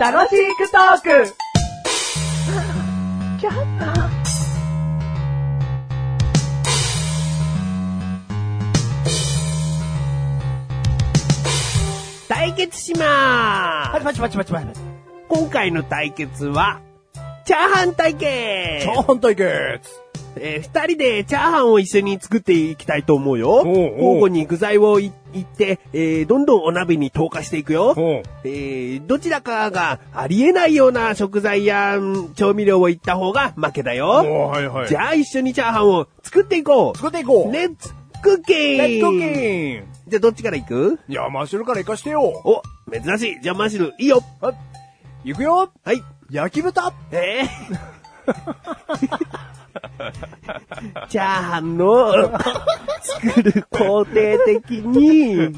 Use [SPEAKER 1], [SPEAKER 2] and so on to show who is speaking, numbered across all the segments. [SPEAKER 1] 楽しくトーク
[SPEAKER 2] 対決しまー
[SPEAKER 3] パチパチパチパチパチパチ。
[SPEAKER 2] す今回の対決は、チャーハン対決
[SPEAKER 3] チャーハン対決
[SPEAKER 2] えー二人でチャーハンを一緒に作っていきたいと思うよ。
[SPEAKER 3] おうおう
[SPEAKER 2] 交互に具材をいいって、えーどんどんお鍋に投下していくよ。
[SPEAKER 3] おう
[SPEAKER 2] えーどちらかがありえないような食材やうん調味料をいった方が負けだ
[SPEAKER 3] お
[SPEAKER 2] よ。
[SPEAKER 3] ーはいはい。
[SPEAKER 2] じゃあ一緒にチャーハンを作っていこう。
[SPEAKER 3] 作っていこう
[SPEAKER 2] レッツクッキー
[SPEAKER 3] レッドキーン
[SPEAKER 2] じゃあどっちから行く
[SPEAKER 3] いや、マッシュルから行かしてよ
[SPEAKER 2] お、珍しい。じゃあマシル、いいよ。
[SPEAKER 3] はい行くよ
[SPEAKER 2] はい。
[SPEAKER 3] 焼き豚
[SPEAKER 2] え えチャーハンの作る工程的に、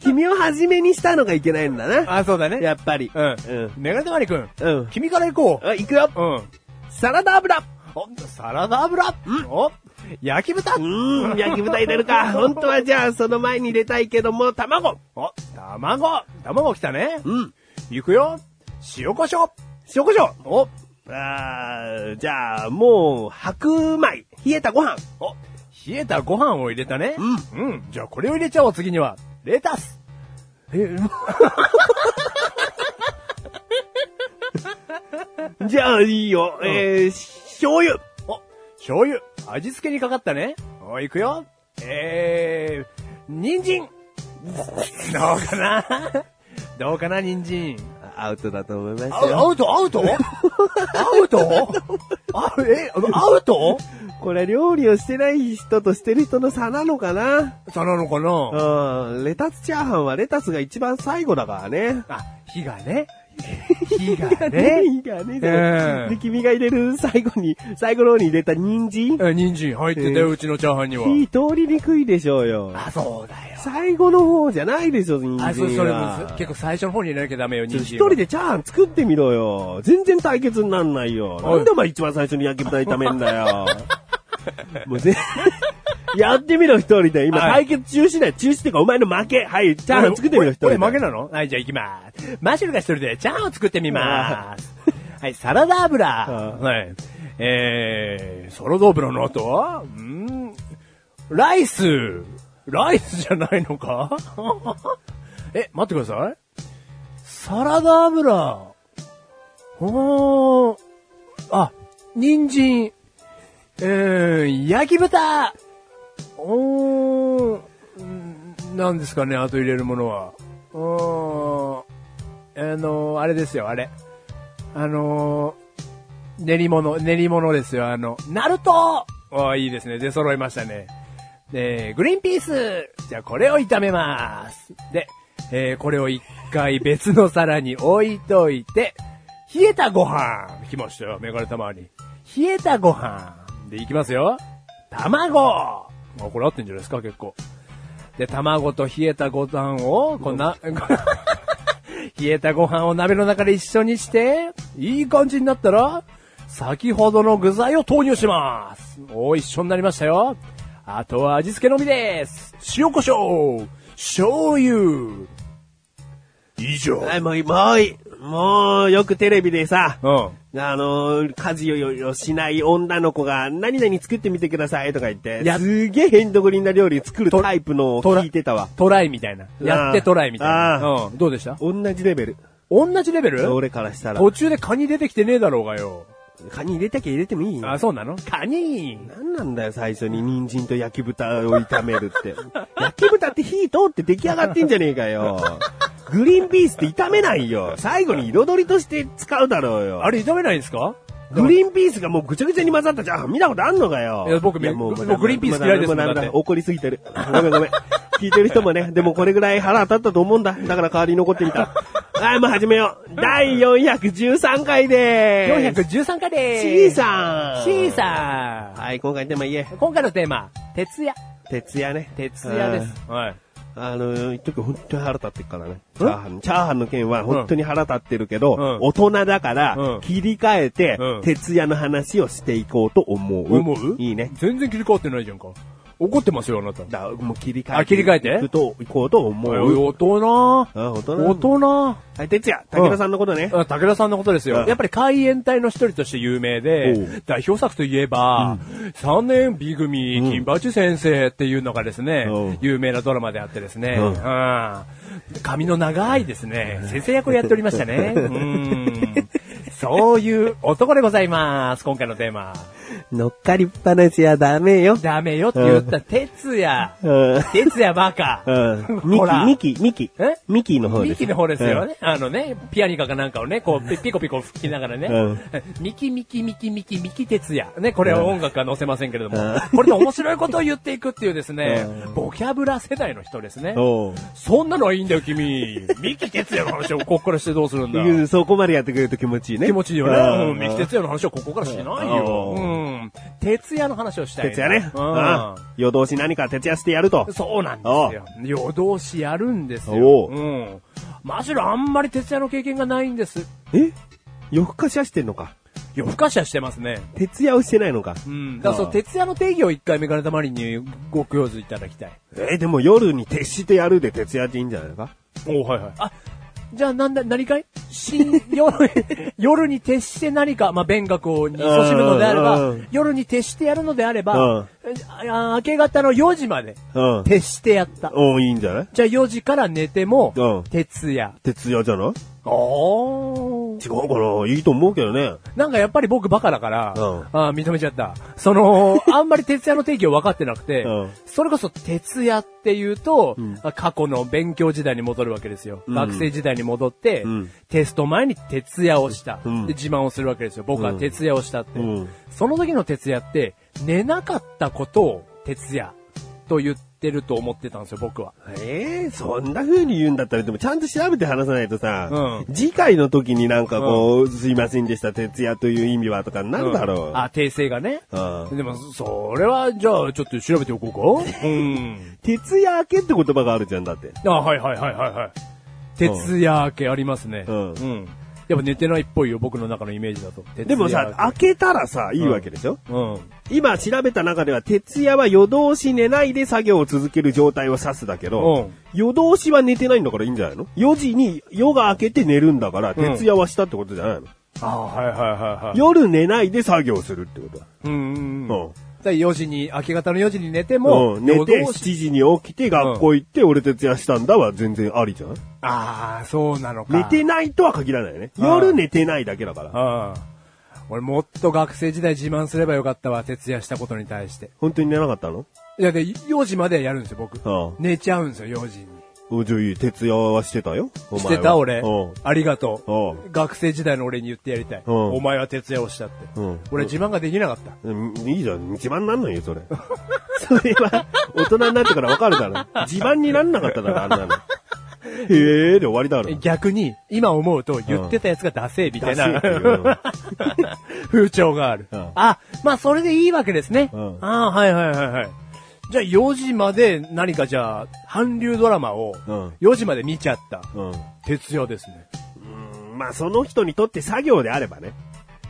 [SPEAKER 2] 君を初めにしたのがいけないんだな。
[SPEAKER 3] あ、そうだね
[SPEAKER 2] やっぱり。
[SPEAKER 3] うん
[SPEAKER 2] うん。
[SPEAKER 3] メガネマリ君。
[SPEAKER 2] うん。
[SPEAKER 3] 君から行こ
[SPEAKER 2] あ、行くよ
[SPEAKER 3] う。。うん。
[SPEAKER 2] サラダ油。
[SPEAKER 3] お、サラダ油。お、焼き豚。
[SPEAKER 2] うーん、焼き豚入れるか。本当はじゃあ、その前に入れたいけども、卵。
[SPEAKER 3] お、卵。卵来たね。
[SPEAKER 2] うん。
[SPEAKER 3] 行くよ。塩胡椒。塩胡椒。お、
[SPEAKER 2] あーじゃあ、もう、白米。冷えたご飯。
[SPEAKER 3] お、冷えたご飯を入れたね。。
[SPEAKER 2] うん
[SPEAKER 3] うん。じゃあこれを入れちゃおう、次には。レタス。え、
[SPEAKER 2] じゃあ、いいよ。えー、醤油。
[SPEAKER 3] お、醤油。味付けにかかったね。お、行くよ。えー、人参。どうかなどうかな、人参。
[SPEAKER 2] アウトだと思いま
[SPEAKER 3] アウアウト、アウトアウトあえ、アウト
[SPEAKER 2] これ料理をしてない人としてる人の差なのかな
[SPEAKER 3] そうなのかな
[SPEAKER 2] うん。レタスチャーハンはレタスが一番最後だからね。
[SPEAKER 3] あ、火がね。火がね。
[SPEAKER 2] いいがね。
[SPEAKER 3] うん
[SPEAKER 2] で、君が入れる最後に、最後の方に入れた人参
[SPEAKER 3] え人参入ってたよ、うちのチャーハンには。
[SPEAKER 2] 火通りにくいでしょうよ。
[SPEAKER 3] あ、そうだよ。
[SPEAKER 2] 最後の方じゃないでしょ、人参は。
[SPEAKER 3] あ、そう、それむず結構最初の方に入れなきゃダメよ、
[SPEAKER 2] ちょ
[SPEAKER 3] 人
[SPEAKER 2] 一
[SPEAKER 3] 参。
[SPEAKER 2] 人。でチャーハン作ってみろよ。全然対決になんないよ。
[SPEAKER 3] はい
[SPEAKER 2] なんでお前一番最初に焼き豚炒めんだよ。もうぜやってみろ一人で。今
[SPEAKER 3] はい
[SPEAKER 2] 対決中止だよ。中止ってかお前の負け。はい、チャーハン作ってみろ一人
[SPEAKER 3] これ
[SPEAKER 2] で。
[SPEAKER 3] 負けなのはい、じゃあ行きます。マシュルが一人でチャーハンを作ってみます。はい、サラダ油。
[SPEAKER 2] あ
[SPEAKER 3] はい。えー、サラダ油の後は、んーライス。ライスじゃないのか え、待ってください。サラダ油。おー。あ、人参。えー、焼き豚。おー。なんですかね、あと入れるものは。うーん。あのー、あれですよ、あれ。あのー、練り物、練り物ですよ、あの、ナルトあいいですね、出揃いましたね。で、グリーンピースじゃあこれを炒めます。で、えーこれを一回別の皿に置いといて、冷えたご飯来ましたよ、メガネたまに。冷えたご飯で、いきますよ。卵あ、これ合ってんじゃないですか、結構。で、卵と冷えたご飯を、こんな、 冷えたご飯を鍋の中で一緒にして、いい感じになったら、先ほどの具材を投入します。おー、一緒になりましたよ。あとは味付けのみです。塩胡椒醤油以上。
[SPEAKER 2] はい、もういい、もういい。もう、よくテレビでさ、
[SPEAKER 3] うん。
[SPEAKER 2] あのー家事をしない女の子が、何々作ってみてくださいとか言って、
[SPEAKER 3] いや
[SPEAKER 2] すげえヘンドグリンな料理作るタイプのを
[SPEAKER 3] トラ
[SPEAKER 2] 聞いてたわ。
[SPEAKER 3] トライみたいな。やってトライみたい
[SPEAKER 2] あ
[SPEAKER 3] な。
[SPEAKER 2] ー
[SPEAKER 3] うん。どうでした
[SPEAKER 2] 同じレベル。
[SPEAKER 3] 同じレベル
[SPEAKER 2] 俺からしたら。
[SPEAKER 3] 途中でカニ出てきてねえだろうがよ。
[SPEAKER 2] カニ入れたきゃ入れてもいい
[SPEAKER 3] あ、そうなのカニ
[SPEAKER 2] なんなんだよ、最初に人参と焼き豚を炒めるって。焼き豚って火通って出来上がってんじゃねえかよ。グリーンピースって炒めないよ。最後に彩りとして使うだろうよ。
[SPEAKER 3] あれ炒めないんですか
[SPEAKER 2] グリーンピースがもうぐちゃぐちゃに混ざったじゃん。見たことあんのかよ。
[SPEAKER 3] いや僕
[SPEAKER 2] もう
[SPEAKER 3] 僕グリーンピース嫌いですもん
[SPEAKER 2] もう
[SPEAKER 3] だって
[SPEAKER 2] 怒りすぎてる。ごめんごめん。聞いてる人もね、でもこれぐらい腹当たったと思うんだ。だから代わりに残ってみた。はい、もう始めよう。第413回でーす。
[SPEAKER 3] 413回で
[SPEAKER 2] C さん。
[SPEAKER 3] C さん。
[SPEAKER 2] はい、今回でも言え。
[SPEAKER 3] 今回のテーマ、徹夜。
[SPEAKER 2] 徹夜ね。
[SPEAKER 3] 徹夜です。はい。
[SPEAKER 2] うん。あのー、言っとくけど本当に腹立ってるからね。チャーハン、チャーハンの件は本当に腹立ってるけど、
[SPEAKER 3] うん
[SPEAKER 2] 大人だから、
[SPEAKER 3] うん
[SPEAKER 2] 切り替えて、
[SPEAKER 3] うん
[SPEAKER 2] 徹夜の話をしていこうと思う。
[SPEAKER 3] 思う
[SPEAKER 2] いいね。
[SPEAKER 3] 全然切り替わってないじゃんか。怒ってますよ、あなた。
[SPEAKER 2] だもう切り替えて。
[SPEAKER 3] あ切り替えて
[SPEAKER 2] 行くと、行こうと思。
[SPEAKER 3] おいう大人。
[SPEAKER 2] あ、大人
[SPEAKER 3] 大人。
[SPEAKER 2] はい、哲也、武田さんのことね。
[SPEAKER 3] あ武田さんのことですよ。
[SPEAKER 2] うん
[SPEAKER 3] やっぱり海援隊の一人として有名
[SPEAKER 2] お
[SPEAKER 3] で
[SPEAKER 2] う、
[SPEAKER 3] 代表作といえば、3年 B 組、金八先生っていうのがですね
[SPEAKER 2] おう、
[SPEAKER 3] 有名なドラマであってですね、
[SPEAKER 2] うん
[SPEAKER 3] うん髪の長いですね、先生役をやっておりましたね。うんそういう男でございます、今回のテーマ。
[SPEAKER 2] 乗っかりっぱなしはダメよ。
[SPEAKER 3] ダメよって言った、哲也。
[SPEAKER 2] うん。
[SPEAKER 3] 哲也バカ。
[SPEAKER 2] うん。
[SPEAKER 3] ほら
[SPEAKER 2] ミキ、ミキ、ミキ。
[SPEAKER 3] え
[SPEAKER 2] ミキの方です。
[SPEAKER 3] ミキの方ですよね。あのね、ピアニカかなんかをね、こう、ピピコピコ吹きながらね、
[SPEAKER 2] うん
[SPEAKER 3] ミキミキミキミキミキ哲也。ね、これは音楽は載せませんけれども、
[SPEAKER 2] うん
[SPEAKER 3] これで面白いことを言っていくっていうですね、
[SPEAKER 2] うん
[SPEAKER 3] ボキャブラ世代の人ですね
[SPEAKER 2] うん。。おう
[SPEAKER 3] そんなのはいいんだよ、君。ミキ哲也の話を ここからしてどうするんだ。
[SPEAKER 2] いうそこまでやってくれると気持ちいいね。
[SPEAKER 3] 気持ちいいよ
[SPEAKER 2] うん
[SPEAKER 3] ね。うん、ミキ哲也の話をここからしないよ。
[SPEAKER 2] う
[SPEAKER 3] うん。哲也の話をしたい。
[SPEAKER 2] 徹夜ね。う
[SPEAKER 3] うん
[SPEAKER 2] ん。夜通し何か徹夜してやると。
[SPEAKER 3] そうなんですよ。夜通しやるんですよ。
[SPEAKER 2] おう
[SPEAKER 3] うん。マジであんまり徹夜の経験がないんです。
[SPEAKER 2] え夜更かしはしてんのか。
[SPEAKER 3] 夜更かしはしてますね。
[SPEAKER 2] 徹夜をしてないのか。
[SPEAKER 3] うん。だから
[SPEAKER 2] あ
[SPEAKER 3] そ
[SPEAKER 2] あ
[SPEAKER 3] う、徹夜の定義を一回メガネたまりにご教授いただきたい。
[SPEAKER 2] えーでも夜に徹してやるで徹夜でいいんじゃないか
[SPEAKER 3] おはいはい。あ、じゃあなんだ、何かい深夜、 夜に徹して何か、まあ、勉学を、に勤しむのであれ
[SPEAKER 2] うん
[SPEAKER 3] ば
[SPEAKER 2] うん、
[SPEAKER 3] 夜に徹してやるのであれば、あ明け方の4時まで、
[SPEAKER 2] うん。
[SPEAKER 3] 徹してやった。
[SPEAKER 2] うん、いいんじゃない
[SPEAKER 3] じゃあ4時から寝ても
[SPEAKER 2] うん、
[SPEAKER 3] 徹夜。
[SPEAKER 2] 徹夜じゃない
[SPEAKER 3] おー
[SPEAKER 2] 違うかないいと思うけどね。
[SPEAKER 3] なんかやっぱり僕バカだから、
[SPEAKER 2] うん
[SPEAKER 3] あー認めちゃった。そ の、あんまり徹夜の定義を分かってなくて、
[SPEAKER 2] うん
[SPEAKER 3] それこそ徹夜っていうと、
[SPEAKER 2] ん
[SPEAKER 3] あ過去の勉強時代に戻るわけですよ。
[SPEAKER 2] うん
[SPEAKER 3] 学生時代に戻って、
[SPEAKER 2] うん
[SPEAKER 3] テスト前に徹夜をした、
[SPEAKER 2] うん
[SPEAKER 3] で。自慢をするわけですよ。僕は徹夜をしたって。
[SPEAKER 2] うん
[SPEAKER 3] その時の徹夜って、寝なかったことを徹夜と言ってると思ってたんですよ、僕は。
[SPEAKER 2] ええそんな風に言うんだったら、でもちゃんと調べて話さないとさ、
[SPEAKER 3] う
[SPEAKER 2] 次回の時になんかこう、すいませんでした、徹夜という意味はとかなんだろう。
[SPEAKER 3] んあ、訂正がね。
[SPEAKER 2] うん
[SPEAKER 3] でも、それは、じゃあ、ちょっと調べてお こうか。うん。
[SPEAKER 2] 徹夜明けって言葉があるじゃんだって。
[SPEAKER 3] あ、はいはいはいはいはい。徹夜明けありますね。
[SPEAKER 2] うん
[SPEAKER 3] やっぱ寝てないっぽいよ、僕の中のイメージだと。
[SPEAKER 2] でもさ、明けたらさ、いいわけでしょ、
[SPEAKER 3] 徹夜明け、
[SPEAKER 2] 今調べた中では、徹夜は夜通し寝ないで作業を続ける状態を指すだけど、
[SPEAKER 3] うん
[SPEAKER 2] 夜通しは寝てないんだからいいんじゃないの ?4 時に夜が明けて寝るんだから、
[SPEAKER 3] うん
[SPEAKER 2] 徹夜はしたってことじゃないの、
[SPEAKER 3] うん。あはいはいはいはい。
[SPEAKER 2] 夜寝ないで作業するってことだ。
[SPEAKER 3] うんうんうん。
[SPEAKER 2] うん
[SPEAKER 3] だ4時に、明け方の4時に寝ても、
[SPEAKER 2] うん、寝て
[SPEAKER 3] 夜
[SPEAKER 2] 7
[SPEAKER 3] 通し
[SPEAKER 2] 時に起きて学校行って、俺徹夜したんだは全然ありじゃん
[SPEAKER 3] ああ、そうなのか。
[SPEAKER 2] 寝てないとは限らないよね。
[SPEAKER 3] うん
[SPEAKER 2] 夜寝てないだけだから。
[SPEAKER 3] うん。俺もっと学生時代自慢すればよかったわ、徹夜したことに対して。
[SPEAKER 2] 本当に寝なかったの
[SPEAKER 3] いや、で、4時までやるんですよ、僕。
[SPEAKER 2] うん
[SPEAKER 3] 寝ちゃうんですよ、4時に。
[SPEAKER 2] おじゃあいい徹夜はしてたよ。お前
[SPEAKER 3] し
[SPEAKER 2] は
[SPEAKER 3] てた俺
[SPEAKER 2] うん。
[SPEAKER 3] ありがと
[SPEAKER 2] う
[SPEAKER 3] う。学生時代の俺に言ってやりたい。
[SPEAKER 2] うん
[SPEAKER 3] お前は徹夜をしたって
[SPEAKER 2] うん。
[SPEAKER 3] 俺自慢ができなかった。
[SPEAKER 2] うんいいじゃん。自慢なんないよ、それ。 それは、大人になってから分かるだろ。自慢になんなかっただろ、あんなの。へえで終わりだろ。
[SPEAKER 3] 逆に、今思うと言ってたやつがダセえみたい
[SPEAKER 2] ダ
[SPEAKER 3] な
[SPEAKER 2] セえっていうの
[SPEAKER 3] 風潮がある。
[SPEAKER 2] うん
[SPEAKER 3] あ、まあそれでいいわけですね。
[SPEAKER 2] うん
[SPEAKER 3] ああ、はいはいはいはい。じゃあ4時まで何かじゃあ、韓流ドラマを
[SPEAKER 2] うん
[SPEAKER 3] 4時まで見ちゃった。
[SPEAKER 2] うん
[SPEAKER 3] 徹夜ですね。
[SPEAKER 2] うん。まあ、その人にとって作業であればね、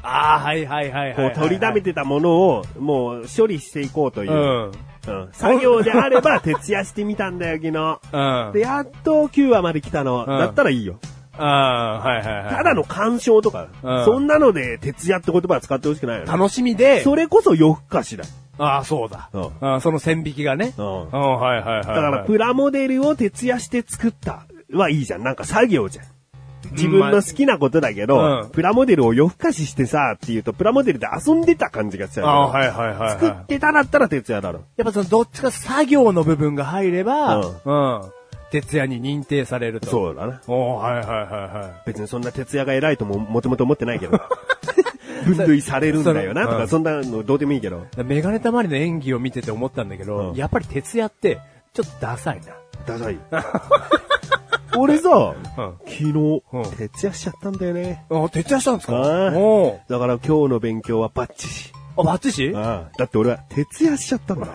[SPEAKER 3] ああ、はいはいはいはい
[SPEAKER 2] こ
[SPEAKER 3] は
[SPEAKER 2] う
[SPEAKER 3] い。
[SPEAKER 2] 取りだめてたものを、もう処理していこうというう。
[SPEAKER 3] ん。うん。
[SPEAKER 2] うん作業であれば、徹夜してみたんだよ、昨日。で、やっと9話まで来たの。
[SPEAKER 3] うん
[SPEAKER 2] だったらいいよ。
[SPEAKER 3] ああ、はいはいはい。
[SPEAKER 2] ただの干渉とか
[SPEAKER 3] う、ん
[SPEAKER 2] そんなので、徹夜って言葉は使ってほしくないよね。
[SPEAKER 3] 楽しみで、
[SPEAKER 2] それこそ夜更かしだ。
[SPEAKER 3] ああ、そうだ。
[SPEAKER 2] うん
[SPEAKER 3] ああその線引きがね。
[SPEAKER 2] うん
[SPEAKER 3] うん、はいはいはいはい。
[SPEAKER 2] だから、プラモデルを徹夜して作ったはいいじゃん。なんか作業じゃん。自分の好きなことだけど、
[SPEAKER 3] うん
[SPEAKER 2] プラモデルを夜更かししてさ、っていうと、プラモデルで遊んでた感じがしちゃう
[SPEAKER 3] ああ、
[SPEAKER 2] か
[SPEAKER 3] はいはいはいは
[SPEAKER 2] ら。
[SPEAKER 3] い。
[SPEAKER 2] 作ってただったら徹夜だろ。
[SPEAKER 3] やっぱそのどっちか作業の部分が入れば、
[SPEAKER 2] う
[SPEAKER 3] うん。徹夜に認定されると。う。
[SPEAKER 2] そうだな。
[SPEAKER 3] おーはいはいは
[SPEAKER 2] 別にそんな徹夜が偉いとも、もともと思ってないけ ど。分類されるんだよな、と
[SPEAKER 3] それう
[SPEAKER 2] か、
[SPEAKER 3] ん
[SPEAKER 2] そんなのどうでもいいけど。
[SPEAKER 3] いはい。メガネたまりの演技を見てて思ったんだけど、
[SPEAKER 2] うん
[SPEAKER 3] やっぱり徹夜って、ちょっとダサいな。
[SPEAKER 2] ダサい。 俺さ、昨日
[SPEAKER 3] うん、
[SPEAKER 2] 徹夜しちゃったんだよね。
[SPEAKER 3] あ、徹夜したんですか
[SPEAKER 2] はい
[SPEAKER 3] おー
[SPEAKER 2] だから今日の勉強はバッチリ。
[SPEAKER 3] あ、バッチシ
[SPEAKER 2] ああだって俺は徹夜しちゃったん だ。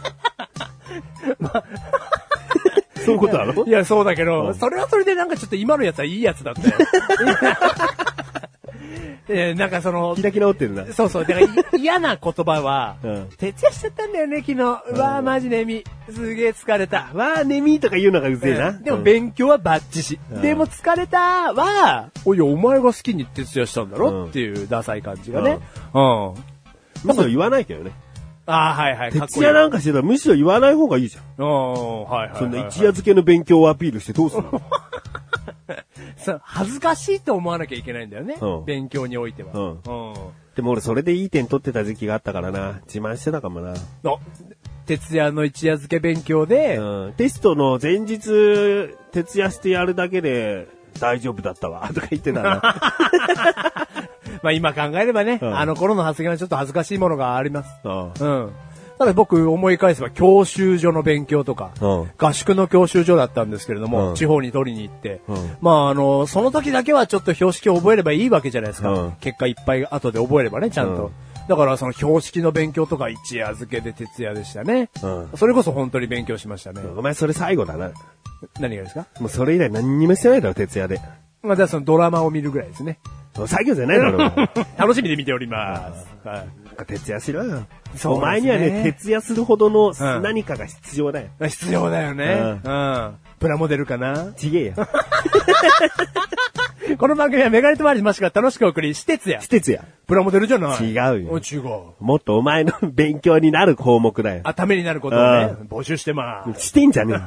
[SPEAKER 2] そういうことだろ
[SPEAKER 3] いや、そうだけど、
[SPEAKER 2] うん
[SPEAKER 3] それはそれでなんかちょっと今のやつはいいやつだったよ。えーなんかその、
[SPEAKER 2] 開き直ってるな。
[SPEAKER 3] そうそう、だからい嫌な言葉は、
[SPEAKER 2] うん
[SPEAKER 3] 徹夜しちゃったんだよね、昨日。うわー、マジでみ。すげえ疲れた。
[SPEAKER 2] わあ、眠いとか言うのがうぜえな。
[SPEAKER 3] でも
[SPEAKER 2] べ
[SPEAKER 3] 勉強はバッチし。
[SPEAKER 2] うん
[SPEAKER 3] でも疲れたーは、おいお前が好きに徹夜したんだ
[SPEAKER 2] う
[SPEAKER 3] ろ
[SPEAKER 2] ん
[SPEAKER 3] っていうダサい感じがね。うん。
[SPEAKER 2] むしろ言わないけどね。
[SPEAKER 3] ああ、はいはい。かっこ
[SPEAKER 2] 徹
[SPEAKER 3] いい
[SPEAKER 2] 夜なんかしてたらむしろ言わない方がいいじゃん。
[SPEAKER 3] うん、はいはいはいはい。
[SPEAKER 2] そんな一夜漬けの勉強をアピールしてどうする の
[SPEAKER 3] そう恥ずかしいと思わなきゃいけないんだよね。
[SPEAKER 2] うん
[SPEAKER 3] 勉強においては。
[SPEAKER 2] うん
[SPEAKER 3] うん
[SPEAKER 2] でも俺それでいい点取ってた時期があったからな。自慢してたかもな。
[SPEAKER 3] の、徹夜の一夜漬け勉強で、
[SPEAKER 2] うん。テストの前日、徹夜してやるだけで大丈夫だった わ。とか言ってたな。
[SPEAKER 3] まあ今考えればね、
[SPEAKER 2] うん
[SPEAKER 3] あの頃の発言はちょっと恥ずかしいものがあります。
[SPEAKER 2] うん
[SPEAKER 3] うん。ただ僕思い返せば教習所の勉強とか、
[SPEAKER 2] うん
[SPEAKER 3] 合宿の教習所だったんですけれども、
[SPEAKER 2] うん
[SPEAKER 3] 地方に取りに行って、
[SPEAKER 2] うん
[SPEAKER 3] まああの、その時だけはちょっと標識を覚えればいいわけじゃないですか。
[SPEAKER 2] うん
[SPEAKER 3] 結果いっぱい後で覚えればね、ちゃんと。だからその標識の勉強とか一夜漬けで徹夜でしたね。
[SPEAKER 2] うん
[SPEAKER 3] それこそ本当に勉強しましたね。
[SPEAKER 2] お前それ最後だな。
[SPEAKER 3] 何がですか
[SPEAKER 2] もうそれ以来何にもしてないだろ、徹夜で。
[SPEAKER 3] まあ、じゃあそのドラマを見るぐらいですね。
[SPEAKER 2] 作業じゃ ないだろ。なん
[SPEAKER 3] 楽しみで見ております。はい。
[SPEAKER 2] か徹夜しろよ。
[SPEAKER 3] そうですね
[SPEAKER 2] お前にはね、徹夜するほどの
[SPEAKER 3] ん
[SPEAKER 2] 何かが必要だよ。
[SPEAKER 3] 必要だよね。うん。プラモデルかな
[SPEAKER 2] ち げえよ。
[SPEAKER 3] この番組はメガネとマリマシが楽しくお送り、施設や
[SPEAKER 2] 非。徹夜。
[SPEAKER 3] プラモデルじゃない。
[SPEAKER 2] 違うよ
[SPEAKER 3] お違う。
[SPEAKER 2] もっとお前の勉強になる項目だよ。
[SPEAKER 3] あ、ためになることをね、募集してます。
[SPEAKER 2] してんじゃねえよ。